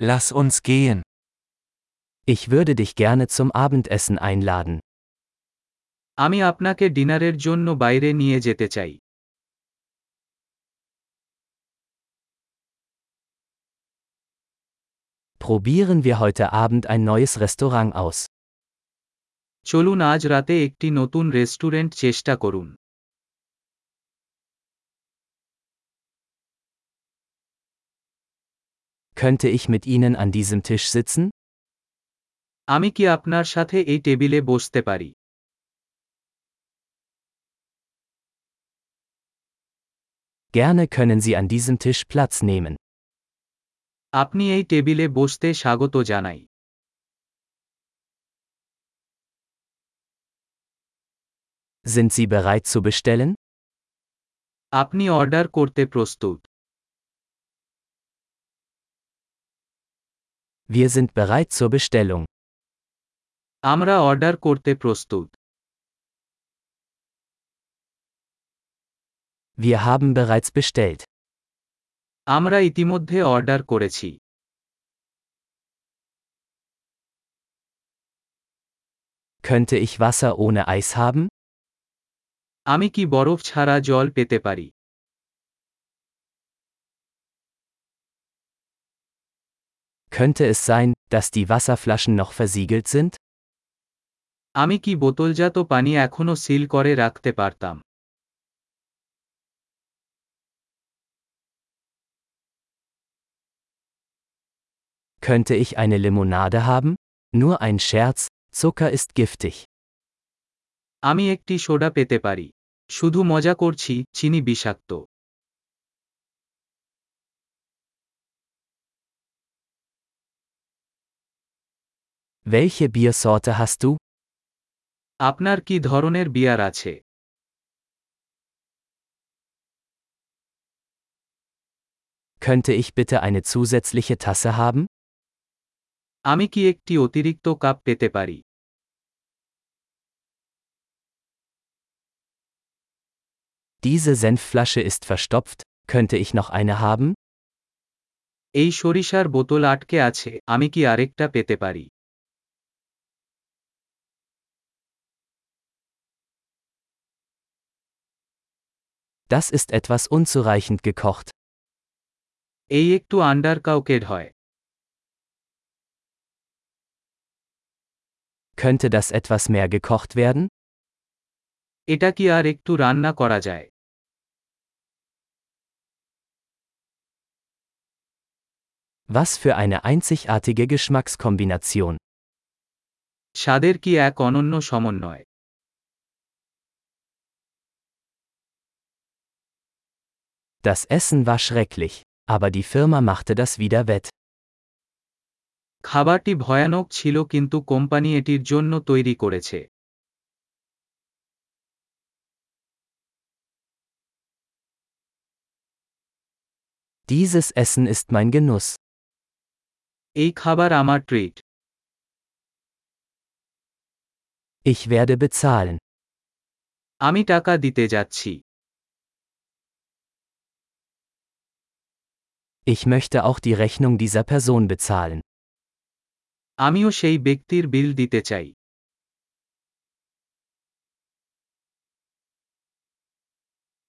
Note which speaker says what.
Speaker 1: Lass uns gehen.
Speaker 2: Ich würde dich gerne zum Abendessen einladen.
Speaker 3: আমি আপনাকে ডিনারের জন্য বাইরে নিয়ে যেতে চাই
Speaker 2: Probieren wir heute Abend ein neues Restaurant aus.
Speaker 3: চলুন আজ রাতে একটি নতুন রেস্টুরেন্ট চেষ্টা করুন
Speaker 2: Könnte ich mit Ihnen an diesem Tisch sitzen?
Speaker 3: আমি কি আপনার সাথে এই টেবিলে বসতে পারি
Speaker 2: Gerne können Sie an diesem Tisch Platz nehmen.
Speaker 3: আপনি এই টেবিলে বসতে স্বাগত জানাই
Speaker 2: Sind Sie bereit zu bestellen?
Speaker 3: আপনি অর্ডার করতে প্রস্তুত
Speaker 2: Wir sind bereit zur Bestellung.
Speaker 3: আমরা অর্ডার করতে প্রস্তুত
Speaker 2: Wir haben bereits bestellt.
Speaker 3: আমরা ইতিমধ্যে অর্ডার করেছি
Speaker 2: Könnte ich Wasser ohne Eis haben?
Speaker 3: আমি কি বরফ ছাড়া জল পেতে পারি
Speaker 2: Könnte es sein, dass die Wasserflaschen noch versiegelt sind?
Speaker 3: আমি কি বোতলজাত পানি এখনও সিল করে রাখতে পারতাম
Speaker 2: Könnte ich eine Limonade haben? Nur ein Scherz, Zucker ist giftig.
Speaker 3: আমি একটি সোডা পেতে পারি শুধু মজা করছি চিনি বিষাক্ত
Speaker 2: Welche Biersorte hast du?
Speaker 3: আপনার কি ধরনের বিয়ার আছে
Speaker 2: Könnte ich bitte eine zusätzliche Tasse haben?
Speaker 3: আমি কি একটি অতিরিক্ত কাপ পেতে পারি
Speaker 2: Diese Senfflasche ist verstopft, könnte ich noch eine haben?
Speaker 3: এই সরিষার বোতল আটকে আছে আমি কি আরেকটা পেতে পারি
Speaker 2: Das ist etwas unzureichend gekocht.
Speaker 3: এই একটু আন্ডার কাউকেড হয়
Speaker 2: Könnte das etwas mehr gekocht werden?
Speaker 3: এটা কি আর একটু রান্না করা যায়
Speaker 2: Was für eine einzigartige Geschmackskombination.
Speaker 3: স্বাদের কি এক অনন্য সমন্বয়
Speaker 2: Das Essen war schrecklich, aber die Firma machte das wieder wett.
Speaker 3: খাবারটি ভয়ানক ছিল কিন্তু কোম্পানি এটির জন্য তৈরি করেছে
Speaker 2: Dieses Essen ist mein Genuss.
Speaker 3: এই খাবার আমার ট্রিট
Speaker 2: Ich werde bezahlen.
Speaker 3: আমি টাকা দিতে যাচ্ছি
Speaker 2: Ich möchte auch die Rechnung dieser Person bezahlen.
Speaker 3: আমিও সেই ব্যক্তির বিল দিতে চাই